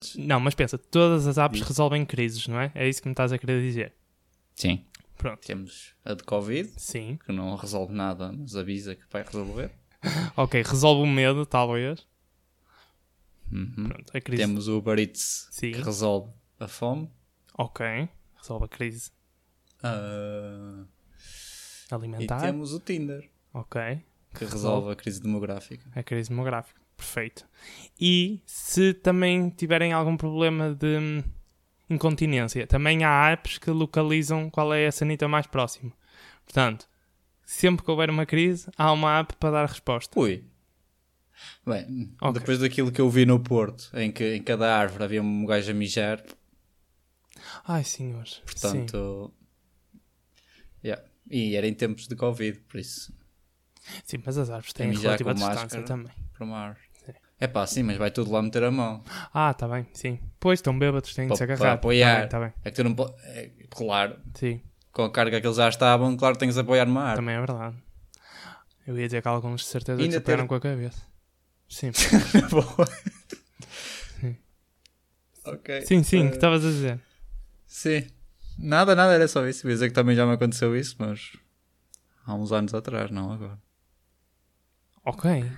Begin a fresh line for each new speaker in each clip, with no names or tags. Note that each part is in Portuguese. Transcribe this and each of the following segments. todas.
Não, mas pensa, todas as apps
Sim.
resolvem crises, não é? É isso que me estás a querer dizer.
Sim.
Pronto.
Temos a de Covid,
Sim.
que não resolve nada, mas avisa que vai resolver.
Ok, resolve o medo, talvez.
Uhum.
Pronto, a crise.
Temos o Uber Eats,
Sim.
que resolve a fome.
Ok, resolve a crise
Ah, e
alimentar.
temos o Tinder,
Ok,
que resolve a crise demográfica.
a crise demográfica. Perfeito. E se também tiverem algum problema de hum, incontinência, também há apps que localizam qual é a sanita mais próxima. Portanto, sempre que houver uma crise, há uma app para dar resposta.
Ui. Bem,
Ok.
depois daquilo que eu vi no Porto, em que em cada árvore havia um gajo a mijar,
Ai, senhores. Sim.
portanto. yeah. E era em tempos de Covid, por isso,
Sim, mas as árvores têm
Tem já
relativa
com
distância
máscara.
também.
para uma árvore. É pá, sim, mas vai tudo lá meter a mão.
Ah, tá bem, sim. Pois estão bêbados, têm de se
Para-
agarrar.
para apoiar.
Tá bem, tá bem.
É que tu não podes. claro,
Sim,
com a carga que eles já estavam, claro, tens de apoiar uma árvore.
também é verdade. Eu ia dizer que alguns de certeza que
Ah. Ainda
se apoiaram
ter-
com a cabeça. Sim,
Boa. ok.
sim, sim,
Eh,
que estavas a dizer.
Sim. Nada, nada, era só isso. Ia dizer que também já me aconteceu isso, mas há uns anos atrás, não agora.
Ok.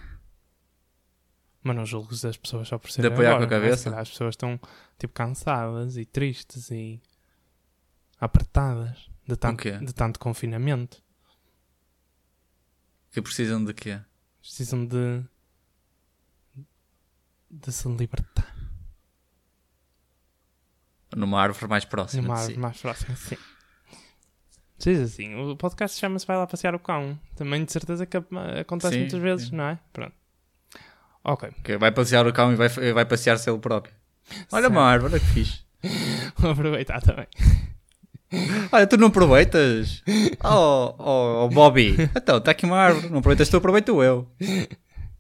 Mas não julgo as pessoas só por
De
serem
apoiar
agora,
com a
não é? Se
cabeça?
calhar As pessoas estão tipo cansadas e tristes e apertadas de tanto,
quê?
de tanto confinamento.
Que precisam de quê?
Precisam de de se libertar
Numa árvore mais
de
próxima
uma
de
árvore
si.
mais próxima, sim. Diz assim, o podcast chama-se Vai Lá Passear o Cão. Também de certeza que a- acontece
Sim,
muitas vezes,
sim.
não é? Pronto. Ok.
Que vai passear o cão e vai, vai passear-se ele próprio. Olha
Certo.
uma árvore, olha que fixe.
Vou aproveitar também.
Olha, tu não aproveitas? Oh, oh, oh, Bobby. Então, está aqui uma árvore. Não aproveitas tu, aproveito eu.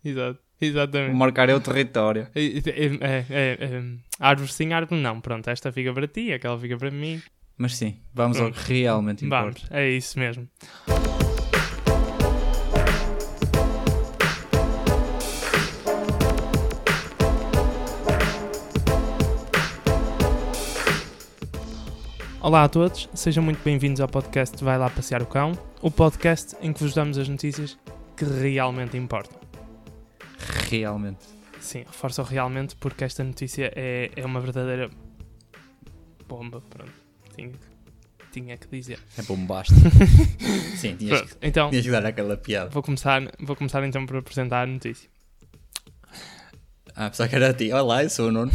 Exato.
Vou
Exatamente.
marcar eu o território.
É, é, é, é, árvore sim, árvore não. Pronto, esta fica para ti, aquela fica para mim.
Mas sim, vamos ao que realmente importa.
Vamos, é isso mesmo. Olá a todos, sejam muito bem-vindos ao podcast Vai Lá Passear o Cão, o podcast em que vos damos as notícias que realmente importam.
Realmente.
Sim, reforço realmente porque esta notícia é, é uma verdadeira bomba, pronto. Tinha, tinha que dizer.
É bombástico. sim, tinhas que,
Pronto, então
tinhas que dar aquela piada.
vou começar, vou começar então por apresentar a notícia.
Ah, pensava que era a ti. Olá, eu sou o Nuno.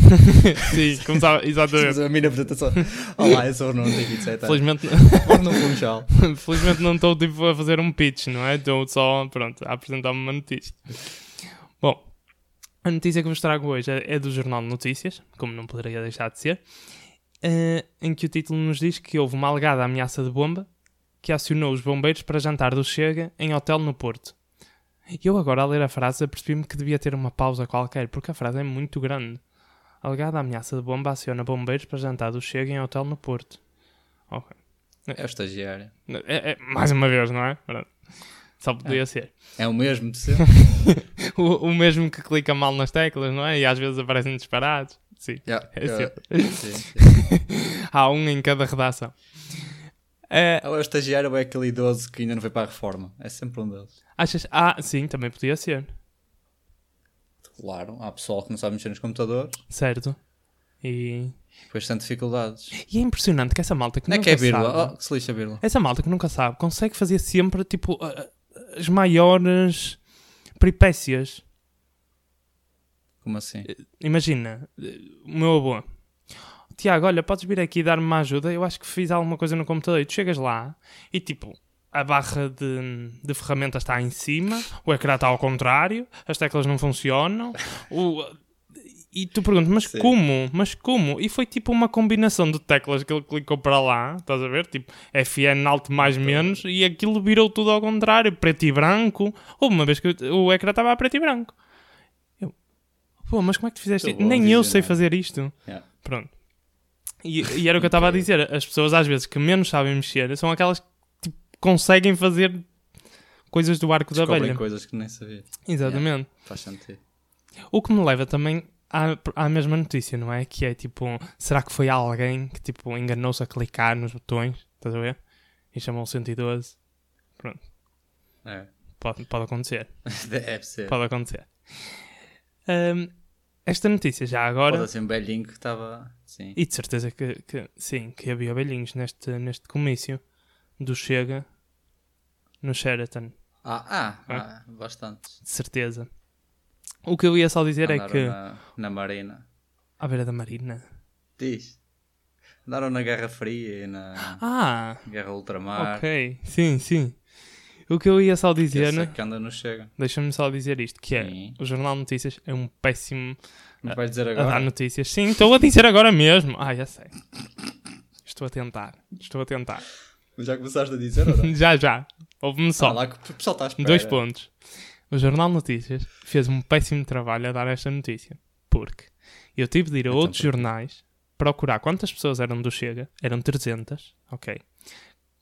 Sim, começava,
Mas
exatamente.
a minha apresentação. Olá, eu sou o Nuno, tenho 27 anos.
Felizmente,
Moro no Funchal.
felizmente não estou tipo a fazer um pitch, não é? Estou só, pronto, a apresentar-me uma notícia. Bom, a notícia que vos trago hoje é, é do Jornal de Notícias, como não poderia deixar de ser, eh, em que o título nos diz que houve uma alegada ameaça de bomba que acionou os bombeiros para jantar do Chega em hotel no Porto. E Eu agora, a ler a frase, apercebi-me que devia ter uma pausa qualquer, porque a frase é muito grande. Alegada ameaça de bomba aciona bombeiros para jantar do Chega em hotel no Porto. Ok.
É o estagiário.
É- é- mais uma vez, não é? Pronto. Só podia ser.
É o mesmo de sempre.
O, o mesmo que clica mal nas teclas, não é? E às vezes aparecem disparados. Sim.
Yeah,
É
yeah. Sim, sim.
Há um em cada redação. É,
Ou é o estagiário ou é aquele idoso que ainda não foi para a reforma. É sempre um deles.
achas. Ah, sim, também podia ser.
Claro, há pessoal que não sabe mexer nos computadores,
Certo. E,
depois tem dificuldades.
e é impressionante que essa malta que
Não é
nunca
que é
sabe.
vírgula? Oh, que se lixa a vírgula.
Essa malta que nunca sabe consegue fazer sempre tipo a- a- as maiores peripécias.
Como assim?
Imagina, eh, o meu avô. Tiago, olha, podes vir aqui dar-me uma ajuda? Eu acho que fiz alguma coisa no computador. E tu chegas lá e, tipo, a barra de, de ferramentas está em cima, o ecrã está ao contrário, as teclas não funcionam. o- E tu perguntas, mas
Sim.
como? Mas como? E foi tipo uma combinação de teclas que ele clicou para lá, estás a ver? Tipo, FN alto mais menos, e aquilo virou tudo ao contrário, preto e branco. Houve uma vez que o ecrã estava a preto e branco. Eu, pô, mas como é que tu fizeste
Muito
isto?
bom
Nem eu sei
visionário.
fazer isto.
Yeah.
Pronto. E, e era o que eu estava a dizer. As pessoas, às vezes, que menos sabem mexer são aquelas que tipo, conseguem fazer coisas do arco da
Descobrem
abelha.
coisas que nem sabia.
Exatamente.
Faz sentido.
O que me leva também há, há a mesma notícia, não é? Que é tipo, será que foi alguém que tipo enganou-se a clicar nos botões? Estás a ver? E chamou 112.
É.
Pode, pode acontecer.
Deve ser.
Pode acontecer. Ahm, esta notícia já
Pode
agora.
ser um belinho que estava. Sim.
E de certeza que, que- sim, que havia velhinhos neste, neste comício do Chega no Sheraton.
Ah, ah, ah, bastantes.
De certeza. O que eu ia só dizer é
Andaram
que.
na, na marina.
À beira da Marina.
Diz. Andaram na Guerra Fria e na
Ah!
Guerra Ultramar.
Ok, sim, sim. O que eu ia só
Que eu
dizer,
sei
né?
que anda não chega.
deixa-me só dizer isto, que é,
Sim.
o Jornal de Notícias é um péssimo Ah,
Não vais dizer
a dar
agora?
notícias. Sim, estou a dizer agora mesmo. Ah, já sei. Estou a tentar, estou a tentar.
Já começaste a dizer ou não?
já, já. Houve-me
Ah,
ah, só.
lá que o pessoal está à espera.
Dois pontos. O Jornal de Notícias fez um péssimo trabalho a dar esta notícia, porque eu tive de ir a
Então,
outros
por quê?
jornais procurar quantas pessoas eram do Chega, eram 300, ok.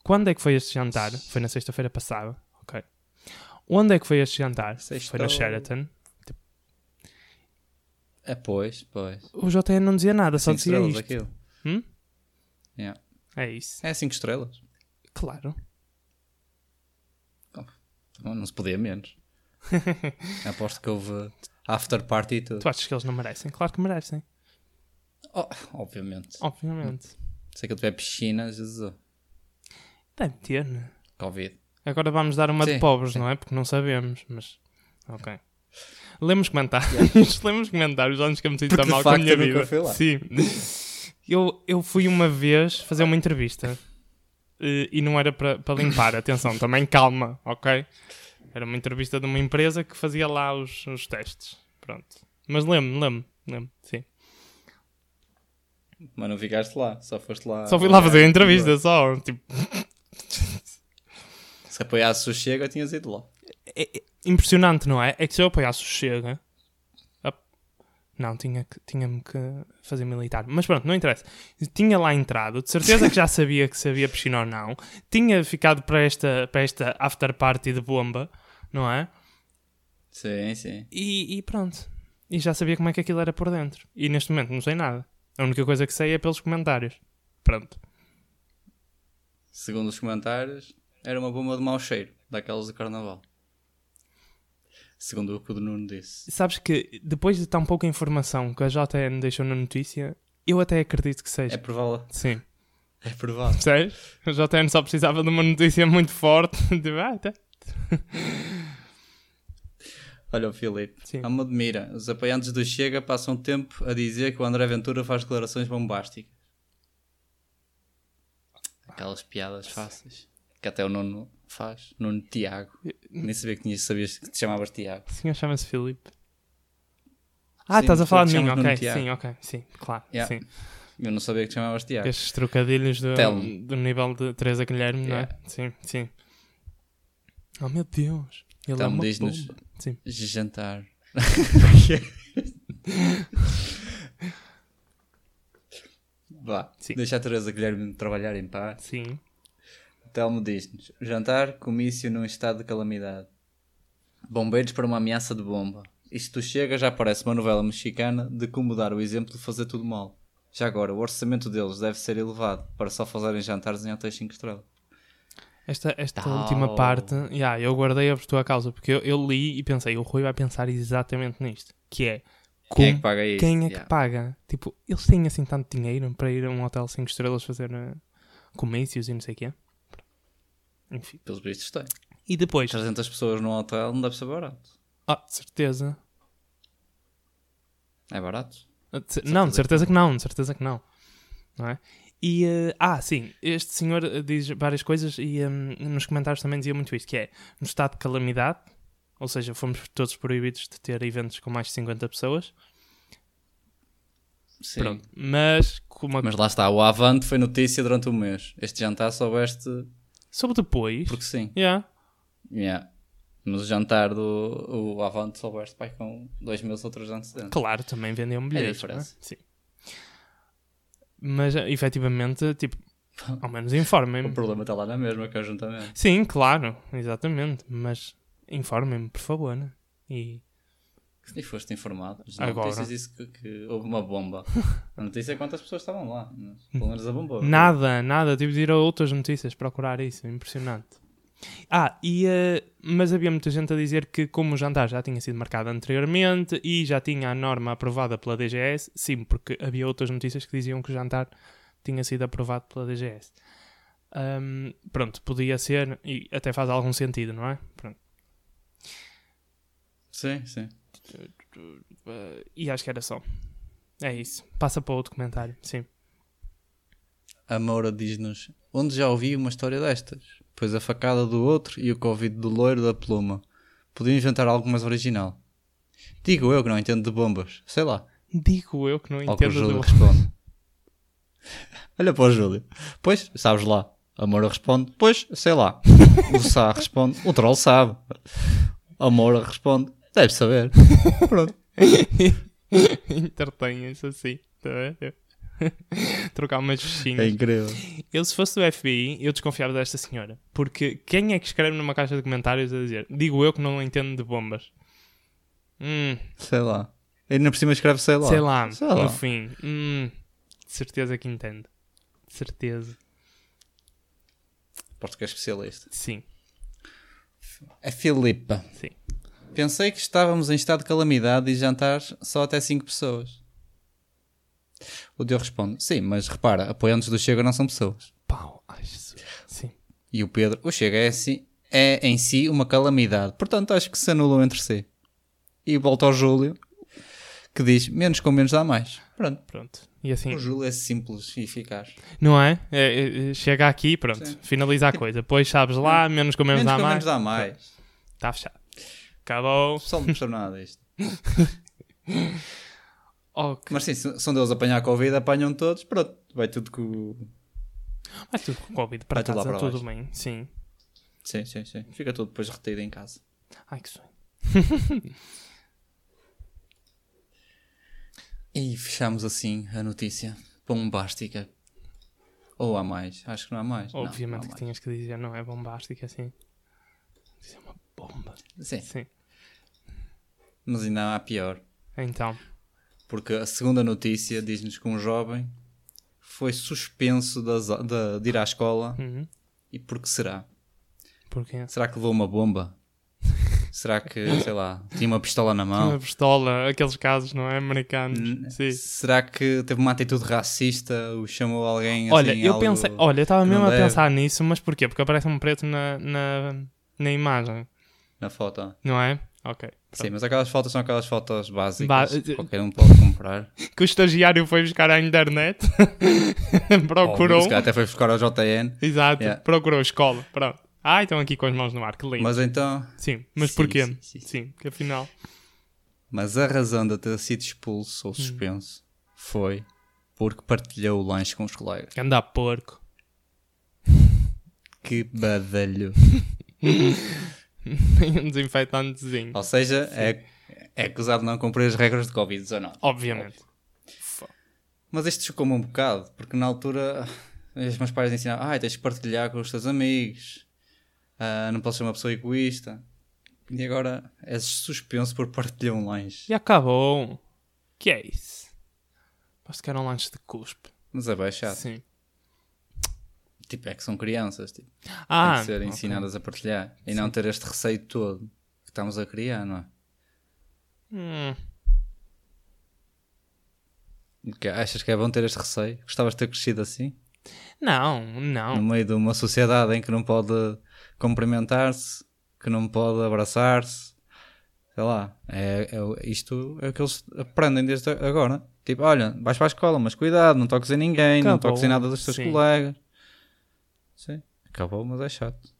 Quando é que foi este jantar? Foi na sexta-feira passada, ok. Onde é que foi este jantar? Foi
Sextou.
no Sheraton.
É, pois, pois.
O JN não dizia nada, só
Cinco
dizia
estrelas
isto.
aquilo.
Hum?
Yeah.
É isso.
É 5 estrelas.
Claro.
Não não se podia menos. Aposto que houve after party e tudo.
Tu achas que eles não merecem? Claro que merecem.
Oh, obviamente.
Obviamente.
Se aquilo tiver piscina, Jesus.
Deve ter, né?
Covid.
Agora vamos dar uma de
Sim,
pobres,
sim. É.
não é? Porque não sabemos, mas. Ok. Lemos comentários. Lemos comentários antes que eu me sinta
Porque, de
mal com a
facto,
minha
eu nunca
vida.
fui lá.
Sim. Eu, eu fui uma vez fazer uma entrevista eh, e não era para para limpar. Atenção, também calma, ok? Era uma entrevista de uma empresa que fazia lá os, os testes. Pronto. Mas lembro-me, lembro-me, lembro sim.
Mas não ficaste lá, só foste lá.
Só fui lá fazer a entrevista, só. Tipo,
Se apoiasse o Chega, tinhas ido lá.
é, é impressionante, não é? É que se eu apoiasse o Chega. a- Não, tinha que- tinha-me que fazer militar. Mas pronto, não interessa. Tinha lá entrado, de certeza que já sabia que sabia piscina ou não. Tinha ficado para esta, para esta after party de bomba, não é?
Sim, sim.
E, e pronto. E já sabia como é que aquilo era por dentro. E neste momento não sei nada. A única coisa que sei é pelos comentários. Pronto.
Segundo os comentários, era uma bomba de mau cheiro, daquelas do carnaval. Segundo o que o Nuno disse.
Sabes que depois de tão pouca informação que a JN deixou na notícia, eu até acredito que
É
seja.
provável.
Sim.
É provável.
Percebes? O JN só precisava de uma notícia muito forte. Tipo, ah, tá.
Olha o Filipe.
Sim.
Não me admira. Os apoiantes do Chega passam tempo a dizer que o André Ventura faz declarações bombásticas. Aquelas piadas fáceis. Que até o Nuno faz. Nuno Tiago. Nem sabia que tinhas, sabias que te chamavas Tiago.
O senhor chama-se Filipe. Ah,
Sim,
estás a falar de
porque
mim,
chamas Nuno
ok.
Tiago.
Sim, ok. Sim, claro.
Yeah.
Sim.
Eu não sabia que te chamavas Tiago.
Estes trocadilhos do,
Telmo.
do nível de Teresa Guilherme,
Yeah.
não é? Sim, sim. Oh meu Deus. Ele é
Telmo
uma
diz-nos-
bomba. Sim.
Jantar. Vá,
Sim.
deixa a Teresa Guilherme trabalhar em paz.
Sim.
Telmo diz-nos: jantar, comício num estado de calamidade. Bombeiros para uma ameaça de bomba. Isto chega já parece uma novela mexicana de como dar o exemplo de fazer tudo mal. Já agora, o orçamento deles deve ser elevado para só fazerem jantares em hotéis 5 estrelas.
Esta, esta
Tal.
última parte, yeah, eu guardei-a por tua causa, porque eu, eu li e pensei, o Rui vai pensar exatamente nisto, que é
Quem é
como-
que paga isto?
Quem é que
Yeah.
paga? Tipo, eles têm assim tanto dinheiro para ir a um hotel 5 estrelas fazer eh, comícios e não sei o quê. Enfim.
Pelos vistos tem.
E depois,
300 pessoas num hotel não deve ser barato.
ah, de certeza.
É barato?
Ah, de cer- não, de certeza que
é.
não, de certeza que não. Não é? E, eh, ah, sim, este senhor eh, diz várias coisas e eh, nos comentários também dizia muito isto, que é, no estado de calamidade, ou seja, fomos todos proibidos de ter eventos com mais de 50 pessoas,
Sim.
pronto, mas como a...
Mas lá está, o Avante foi notícia durante um mês. Este jantar soubeste
soube depois,
porque sim.
yeah,
Yeah. No jantar do o Avante soubeste pai, com dois mil outros antecedentes.
Claro, também vendeu um bilhete.
diferença.
não é? Sim. Mas, eh, efetivamente, tipo, ao menos informem-me.
O problema está lá na mesma que é o juntamento.
Sim, claro, exatamente. Mas informem-me, por favor. né? E
E foste informado. Mas não
Agora.
notícias disse que, que houve uma bomba. A notícia é quantas pessoas estavam lá. mas Pelo menos a bomba.
Nada, nada. Tive de ir a outras notícias procurar isso. Impressionante. Ah, e, eh, mas havia muita gente a dizer que, como o jantar já tinha sido marcado anteriormente e já tinha a norma aprovada pela DGS, sim, porque havia outras notícias que diziam que o jantar tinha sido aprovado pela DGS. Ahm, pronto, podia ser e até faz algum sentido, não é? Pronto.
Sim, sim.
Eh, e acho que era só. É isso. Passa para outro comentário. Sim.
A Moura diz-nos: Onde já ouvi uma história destas? Pois a facada do outro e o Covid do loiro da pluma. Podiam inventar algo mais original. Digo eu que não entendo de bombas. Sei lá.
Digo eu que não
Ou que o
entendo
Júlio
do
responde. Olha para o Júlio. Pois, sabes lá. A Moura responde. Pois, sei lá. O Sá responde. O Troll sabe. A Moura responde. Deve saber. Pronto.
Entretém-se assim. tá a ver? Trocar umas
É
fichinhas.
incrível.
Eu, se fosse do FBI, eu desconfiava desta senhora. Porque quem é que escreve numa caixa de comentários a dizer digo eu que não entendo de bombas? Hum,
Sei lá. Ainda por cima escreve sei lá.
sei lá,
Sei
no
lá.
fim. Hum, de certeza que entende. De certeza.
Aposto que é especialista.
Sim.
A Filipa.
Sim.
Pensei que estávamos em estado de calamidade e jantar só até 5 pessoas. O Diogo responde: Sim, mas repara, apoiantes do Chega não são pessoas.
Pau. Ai, Jesus. Sim.
E o Pedro: O Chega é, assim, é em si uma calamidade, portanto acho que se anulam entre si. E volta ao Júlio, que diz: Menos com menos dá mais. Pronto.
Pronto. E assim,
O Júlio é simples e eficaz.
não é? É, é, é, Chega aqui, pronto.
Sim.
Finaliza a coisa. Pois sabes lá, menos com menos,
menos
dá
com
mais.
menos dá mais.
Está fechado. Acabou.
O pessoal não percebe nada disto.
Ok.
Mas sim, se se um deles apanhar a Covid, apanham todos, pronto. Vai tudo com.
Vai tudo com Covid para
Vai tudo lá
casa,
para
tudo bem, sim.
Sim, sim, sim. Fica tudo depois retido em casa.
Ai que sonho.
E fechamos assim a notícia bombástica. Ou há mais? Acho que não há mais. Não,
Obviamente
não há
que tinhas que dizer, não é bombástico assim. Isso é uma bomba.
mais. Sim,
Sim.
mas ainda há pior.
Então,
Porque a segunda notícia diz-nos que um jovem foi suspenso das- da- de ir à escola.
uhum.
E por que será?
porquê?
Será que levou uma bomba? Será que, sei lá, tinha uma pistola na
Uma
mão?
pistola, aqueles casos, não é? Americanos.
Hum.
Sim.
Será que teve uma atitude racista? O chamou alguém assim,
olha, eu
algo-
pensei, olha, eu estava
que não
mesmo a
deve.
pensar nisso, mas porquê? Porque aparece um preto na, na, na imagem,
na foto?
não é? Ok.
Sim, mas aquelas fotos são aquelas fotos básicas.
Ba-
que Qualquer um pode comprar.
Que o estagiário foi buscar à internet,
Ou,
procurou.
se calhar até foi buscar ao JN.
Exato,
Yeah.
procurou escola. Pronto. Ah, estão aqui com as mãos no ar, que lindo.
Mas então.
Sim, mas
Sim,
porquê?
sim, sim, sim.
que afinal.
Mas a razão de ter sido expulso
Hum.
ou suspenso foi porque partilhou o lanche com os colegas.
Anda porco.
Que badalho.
Tem um desinfetantezinho.
ou seja, é, é acusado de não cumprir as regras de Covid-19.
Obviamente.
Mas isto chocou-me um bocado, porque na altura os meus pais ensinavam: ah, tens que partilhar com os teus amigos, ah, não podes ser uma pessoa egoísta. E agora és suspenso por partilhar um lanche.
E acabou. Que é isso? Posso que era um lanche de cuspe.
Mas é bem chato.
Sim.
Tipo, é que são crianças. Tipo.
Ah,
Tem que ser
ok.
ensinadas a partilhar e não ter este receio todo que estamos a criar, não é?
Hum,
Que achas que é bom ter este receio? Gostavas de ter crescido assim?
Não,
No
não.
meio de uma sociedade em que não pode cumprimentar-se, que não pode abraçar-se, sei lá. É, é o- isto é o que eles aprendem desde agora. Tipo, olha, vais para a escola, mas cuidado, não toques em ninguém, não
Acabou.
toques em nada dos teus
Sim.
colegas. Sim, acabou, mas é chato.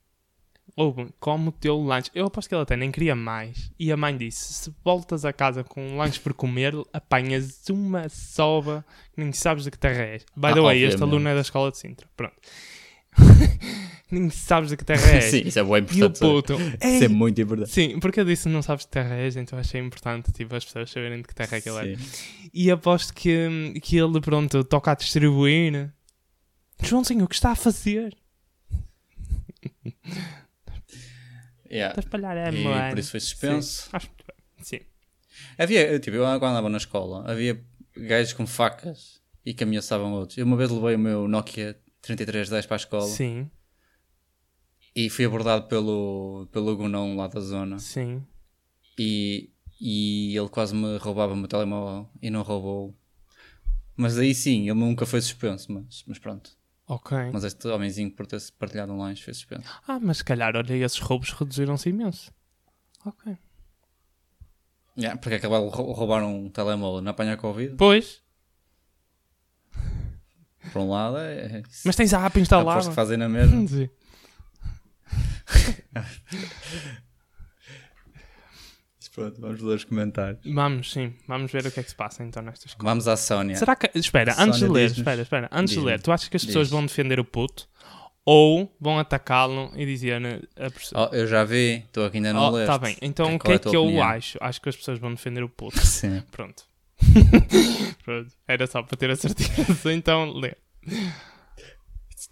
Ou como o teu lanche. Eu aposto que ele até nem queria mais. E a mãe disse: se voltas a casa com um lanche por comer, apanhas uma sova que nem sabes de que terra és. By
Ah,
the way, este
obviamente.
aluno é da escola de Sintra. Pronto. nem sabes de que terra és.
Sim, isso é bem
E o
importante. saber.
puto.
Isso é
"Ei,
muito importante.
Sim, porque eu disse não sabes que terra és, então achei importante tipo, as pessoas saberem de que terra é que ele é.
Sim.
E aposto que, que ele, pronto, toca a distribuir. Joãozinho, o que está a fazer?
Yeah.
Está a espalhar a
E
moeda. Tá
por isso foi suspenso.
Sim, acho muito bem. Sim.
Havia, tipo, eu quando andava na escola, havia gajos com facas e que ameaçavam outros. Eu uma vez levei o meu Nokia 3310 para a escola
Sim,
e fui abordado pelo, pelo Gunão lá da zona
sim.
e, e ele quase me roubava o meu telemóvel e não roubou. Mas aí sim, ele nunca foi suspenso, mas, mas pronto.
Ok.
Mas este homenzinho por ter partilhado um lanche foi suspenso.
Ah, mas se calhar, olha, esses roubos reduziram-se imenso. Ok.
Yeah, porque acabaram de rou- roubar um telemóvel não apanhar Covid,
Pois,
por um lado é... é isso.
mas tens a app
Aposto
instalada.
que fazem na mesma.
Sim.
Mas Pronto, vamos ler os comentários.
Vamos, sim. Vamos ver o que é que se passa então nestas coisas.
Vamos à Sónia.
Será que. Espera,
Sónia,
antes de ler,
diz-nos.
espera, espera. Antes de
Diz-me.
ler, tu achas que as pessoas
Diz.
vão defender o puto ou vão atacá-lo e dizer. né, A pessoa...
Oh, eu já vi, estou aqui ainda não leste.
tá bem. Então o
Qual
que
é
é
a tua
que eu
opinião?
acho? Acho que as pessoas vão defender o puto.
Sim.
Pronto. Pronto. Era só para ter a certeza. Então lê.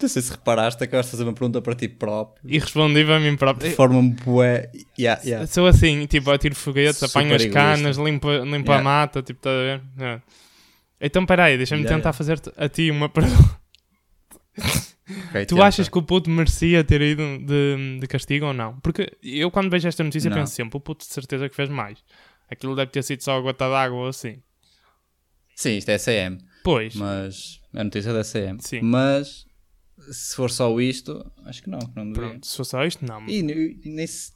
Não sei se reparaste, é acabaste de fazer uma pergunta para ti próprio.
E respondi a mim
De
próprio.
forma bué. Yeah, yeah.
Sou assim, tipo, atiro foguetes,
Super
apanho as
egoísta.
canas, limpo, limpo a
Yeah.
mata, tipo, estás a ver? É. Então, peraí, deixa-me
Yeah,
tentar
yeah.
fazer a ti uma pergunta.
Ok, tá.
Tu
tenta.
achas que o puto merecia ter ido de, de castigo ou não? Porque eu, quando vejo esta notícia,
Não.
penso sempre, o puto de certeza que fez mais. Aquilo deve ter sido só a gota d'água ou assim.
Sim, isto é CM.
Pois,
Mas. A notícia é da CM.
Sim.
Mas. Se for só isto, acho que não, que não deveria.
pronto, se fosse só isto, não.
E, n- e nem se.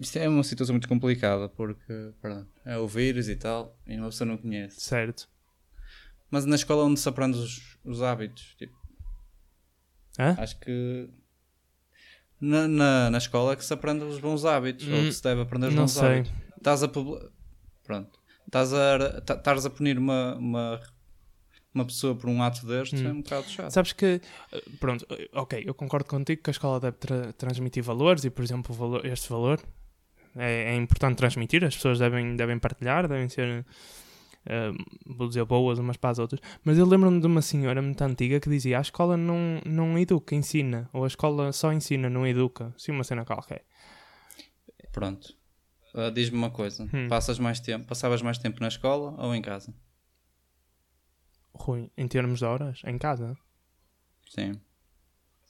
Isto é uma situação muito complicada porque. Pronto, é o vírus e tal, e uma pessoa não conhece.
Certo.
Mas na escola é onde se aprende os, os hábitos. Tipo,
Hã?
Acho que na, na, na escola é que se aprende os bons hábitos, ou
Hum,
que se deve aprender os
não
bons
sei.
hábitos. Estás a pub- pronto. Estás a, ta- estás a punir uma, uma, uma pessoa por um ato deste
Hum.
é um bocado chato.
Sabes que, eh, pronto, eh, ok, eu concordo contigo que a escola deve tra- transmitir valores e, por exemplo, o valor- este valor é, é importante transmitir, as pessoas devem, devem partilhar, devem ser, eh, vou dizer, boas umas para as outras. Mas eu lembro-me de uma senhora muito antiga que dizia: a escola não, não educa, ensina, ou a escola só ensina, não educa. Sim, uma cena qualquer.
Pronto. Ah, Diz-me uma coisa,
Hum.
passas mais tempo, passavas mais tempo na escola ou em casa?
Ruim, em termos de horas, em casa.
Sim.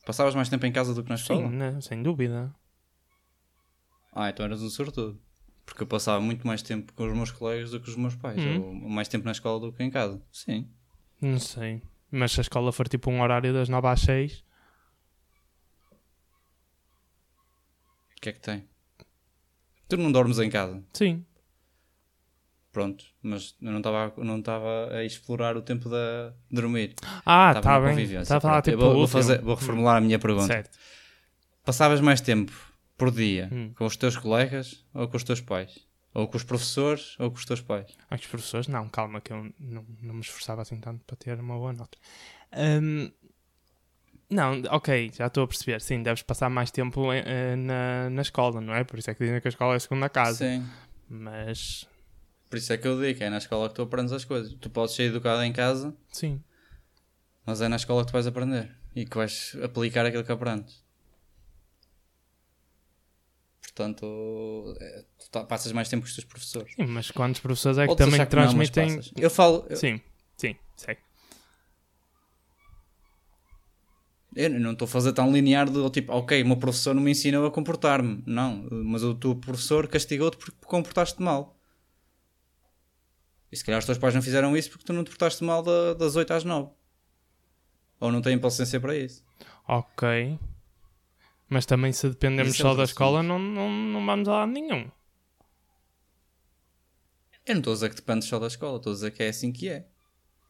Passavas mais tempo em casa do que na escola?
Sim, né? sem dúvida.
Ah, então eras um sortudo. Porque eu passava muito mais tempo com os meus colegas do que os meus pais.
Hum.
Ou mais tempo na escola do que em casa. Sim.
Não sei. Mas se a escola for tipo um horário das 9 às 6,
O que é que tem? Tu não dormes em casa,
sim,
pronto, mas eu não estava não estava a explorar o tempo de dormir.
Ah,
Estava
tá
na
bem.
convivência,
Estava lá
pronto. Eu
tipo
vou,
o
vou
último.
fazer- vou reformular a minha pergunta.
Certo.
Passavas mais tempo por dia
Hum.
com os teus colegas ou com os teus pais? Ou com os professores ou com os teus pais?
Ah, os professores, não, calma, que eu não, não me esforçava assim tanto para ter uma boa nota. Ahm, não, ok, já estou a perceber. Sim, deves passar mais tempo em- eh, na, na escola, não é? Por isso é que dizem que a escola é a segunda casa.
Sim.
Mas,
Por isso é que eu digo, é na escola que tu aprendes as coisas. Tu podes ser educado em casa,
sim,
mas é na escola que tu vais aprender e que vais aplicar aquilo que aprendes. Portanto, é, tu tá- passas mais tempo com os teus professores.
sim, mas quantos professores é que
Podes
também
achar não, mas
transmitem.
passas. eu falo, eu,
sim, sim, sei.
eu não estou a fazer tão linear do tipo, ok, o meu professor não me ensinou a comportar-me. Não, mas o teu professor castigou-te porque comportaste mal. E se calhar os teus pais não fizeram isso porque tu não te portaste mal da- das 8 às 9. Ou não têm paciência para isso.
Ok. Mas também se dependemos
Isso é
só
outro
da escola, não, não, não vamos a lado nenhum.
Eu não estou a dizer que dependes só da escola, estou a dizer que é assim que é.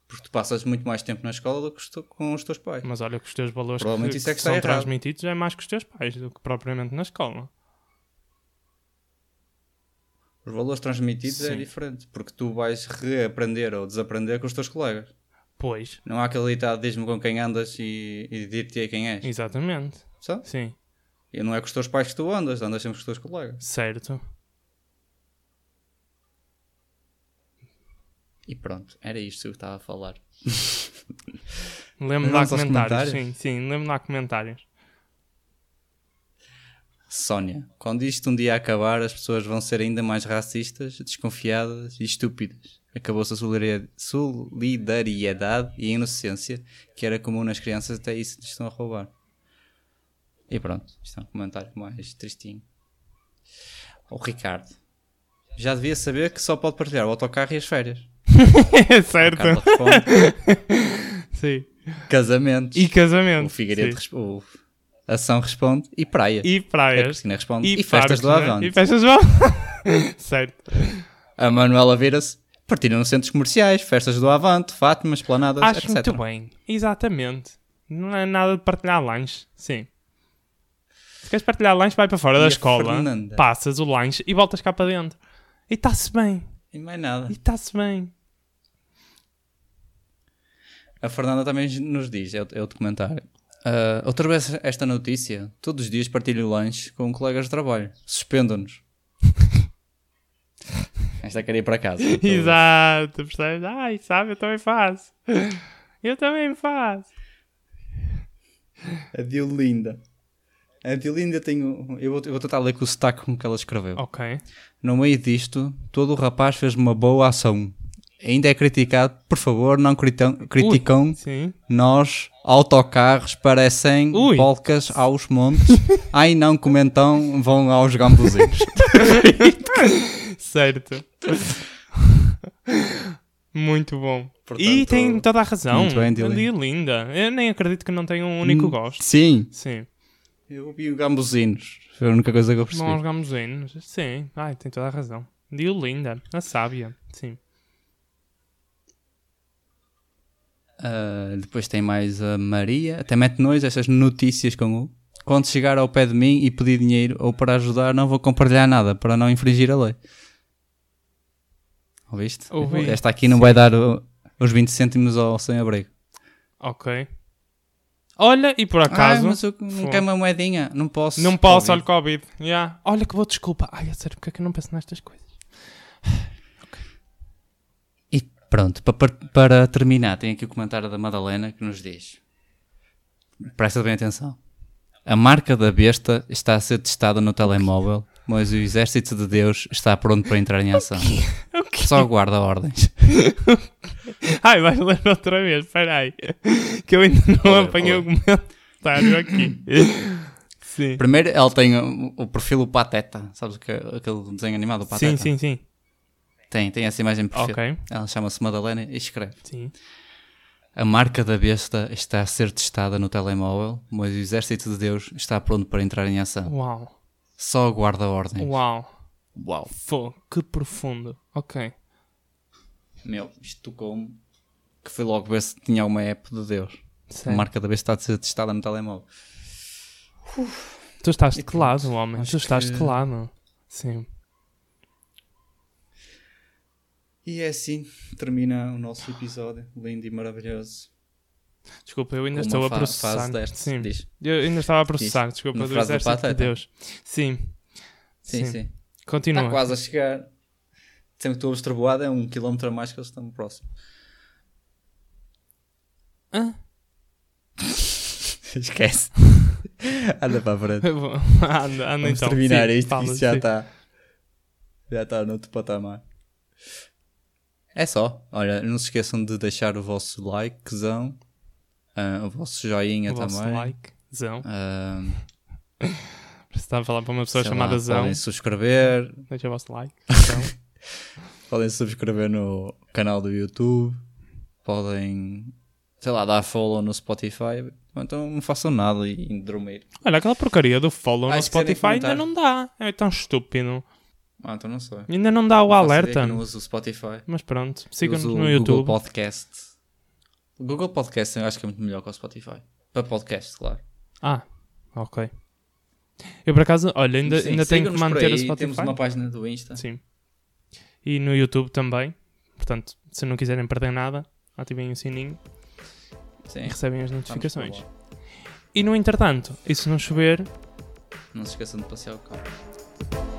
Porque tu passas muito mais tempo na escola do que os tu- com os teus pais.
Mas olha que os teus valores que,
Provavelmente isso é
que
que está
são
errado.
transmitidos é mais que os teus pais do que propriamente na escola.
Os valores transmitidos é
Sim.
diferente. Porque tu vais reaprender ou desaprender com os teus colegas.
Pois,
Não há aquele ditado, diz-me com quem andas e, e dir-te quem és.
exatamente.
Sabe?
Sim,
E não é com os teus pais que tu andas, andas sempre com os teus colegas.
certo.
E pronto, era isto que eu estava a falar.
Lembro-me lá
Vamos aos
comentários.
comentários?
Sim, sim, lembro-me lá comentários.
Sónia, quando isto um dia acabar, as pessoas vão ser ainda mais racistas, desconfiadas e estúpidas. Acabou-se a solidari- solidariedade e a inocência que era comum nas crianças, até isso nos estão a roubar. E pronto, isto é um comentário mais tristinho. O Ricardo, já devia saber que só pode partilhar o autocarro e as férias.
é
O Carlos
certo.
responde,
Sim.
casamentos.
E casamento.
O Figueiredo
sim.
responde. Ação responde e praia. É
E
a
praias.
Cristina responde. E,
parques,
festas do
não é?
Avante.
E festas do Avante. certo.
A Manuela vira-se. Partilham nos centros comerciais, festas do Avante, Fátima, planadas,
Acho
etc.
muito bem. Exatamente. Não é nada de partilhar lanche. Sim. Se queres partilhar lanche, vai para fora
E
da
a
escola.
Fernanda?
Passas o lanche e voltas cá para dentro. E está-se bem.
E mais nada.
E está-se bem.
A Fernanda também nos diz, é o, é o documentário. Ah, outra vez esta notícia. Todos os dias partilho lanche com colegas de trabalho. Suspendo-nos. esta quer ir para casa. então.
Exato. Percebes? Ai, sabe, eu também faço. Eu também faço.
A Diolinda. A Diolinda tem um... Eu vou, eu vou tentar ler com o sotaque com que ela escreveu.
Ok.
Oh. No meio disto, todo o rapaz fez uma boa ação. Ainda é criticado, por favor, não critam, criticam
Sim.
nós, autocarros, parecem
Ui.
polcas aos montes. Ai não, comentam, vão aos gambuzinhos.
Certo. muito bom.
Portanto,
e tem toda a razão.
muito bem,
Linda,
Dylan.
linda. Eu nem acredito que não tenha um único
Hum,
gosto.
Sim,
Sim.
eu vi o gambuzinos. Foi a única coisa que eu percebi.
Bom, os gamozinhos. Sim. Ai, tem toda a razão. Diolinda, a sábia. Sim.
Ah, depois tem mais a Maria. Até mete nós estas notícias com o. Quando chegar ao pé de mim e pedir dinheiro ou para ajudar, não vou compartilhar nada para não infringir a lei. Ouviste?
Ouvi.
Esta aqui não vai dar o- os 20 cêntimos ao sem-abrigo.
Ok. Olha, e por
Ah,
acaso.
mas eu não
Fogo.
quero uma moedinha. Não posso.
Não posso, olha
Covid.
Covid. Yeah. Olha que boa desculpa. Ai, é sério, porque é que eu não penso nestas coisas?
E pronto, pa- pa- para, terminar, tem aqui o comentário da Madalena que nos diz: Presta bem atenção. A marca da besta está a ser testada no telemóvel, mas o exército de Deus está pronto para entrar em ação.
O quê?
Só aguarda ordens.
Ai, vais ler outra vez, espera aí. Que eu ainda
Vou
não
ler,
apanhei o
vou
comentário aqui. Sim.
Primeiro, ela tem o, o perfil o Pateta. Sabes que, aquele desenho animado, o
Sim,
Pateta?
sim, sim.
Tem, tem essa imagem de perfil.
Ok.
Ela chama-se Madalena e escreve.
Sim.
A marca da besta está a ser testada no telemóvel, mas o exército de Deus está pronto para entrar em ação.
Uau.
Só aguarda ordens.
Uau.
Uau.
Fô, que profundo. Ok.
Meu, isto tocou-me. Que fui logo ver se tinha alguma app de Deus. A
Sério.
marca da besta está a ser testada no telemóvel.
Tu estás de que lado, homem?
acho
Tu estás de
que-
que lado? Sim.
E é assim que termina o nosso episódio. Lindo e maravilhoso.
Desculpa, eu ainda
Com
estou
uma
a
fa-
processar.
fase destes,
Sim.
diz.
Eu ainda estava a processar, desculpa,
Uma
do
frase do
exército de
Pateta.
Deus. Sim.
Sim, sim.
Continua.
Está quase a chegar. Sempre que tu ouves trovoada é um quilómetro a mais que eles estão próximo.
Hã?
Esquece. Anda para a frente.
Eu vou- anda, anda
Vamos
então.
terminar
Sim,
isto, que
fala,
isto já tá-
sim.
está. Já está noutro patamar. É só. Olha, não se esqueçam de deixar o vosso likezão, ah, o vosso joinha
O vosso
também.
like. Zão.
Ah,
Parece que está a falar para uma pessoa
sei
chamada
lá,
Zão.
Podem subscrever,
Deixa o vosso like. então. Zão.
podem subscrever no canal do YouTube, podem, sei lá, dar follow no Spotify. Ou Então não façam nada e e dormir.
Olha, aquela porcaria do follow
Ah,
no
se quiserem
Spotify ainda
comentar.
não dá. É tão estúpido.
Ah, então não sei.
Ainda não dá o
Faço ideia
alerta.
que Não uso o Spotify.
Mas pronto, sigam-nos
Uso o
no
Google
YouTube.
Podcast. O Google Podcast eu acho que é muito melhor que o Spotify. Para podcast, claro.
Ah, ok. Eu por acaso, olha, ainda,
Sim,
ainda tenho que
sigam-nos por
manter
aí,
o Spotify.
Temos uma página do Insta.
Sim. E no YouTube também. Portanto, se não quiserem perder nada, ativem o sininho
Sim, Tá
e recebem as
estamos por lá.
notificações. E no entretanto, e se não chover,
Não se esqueçam de passear o carro.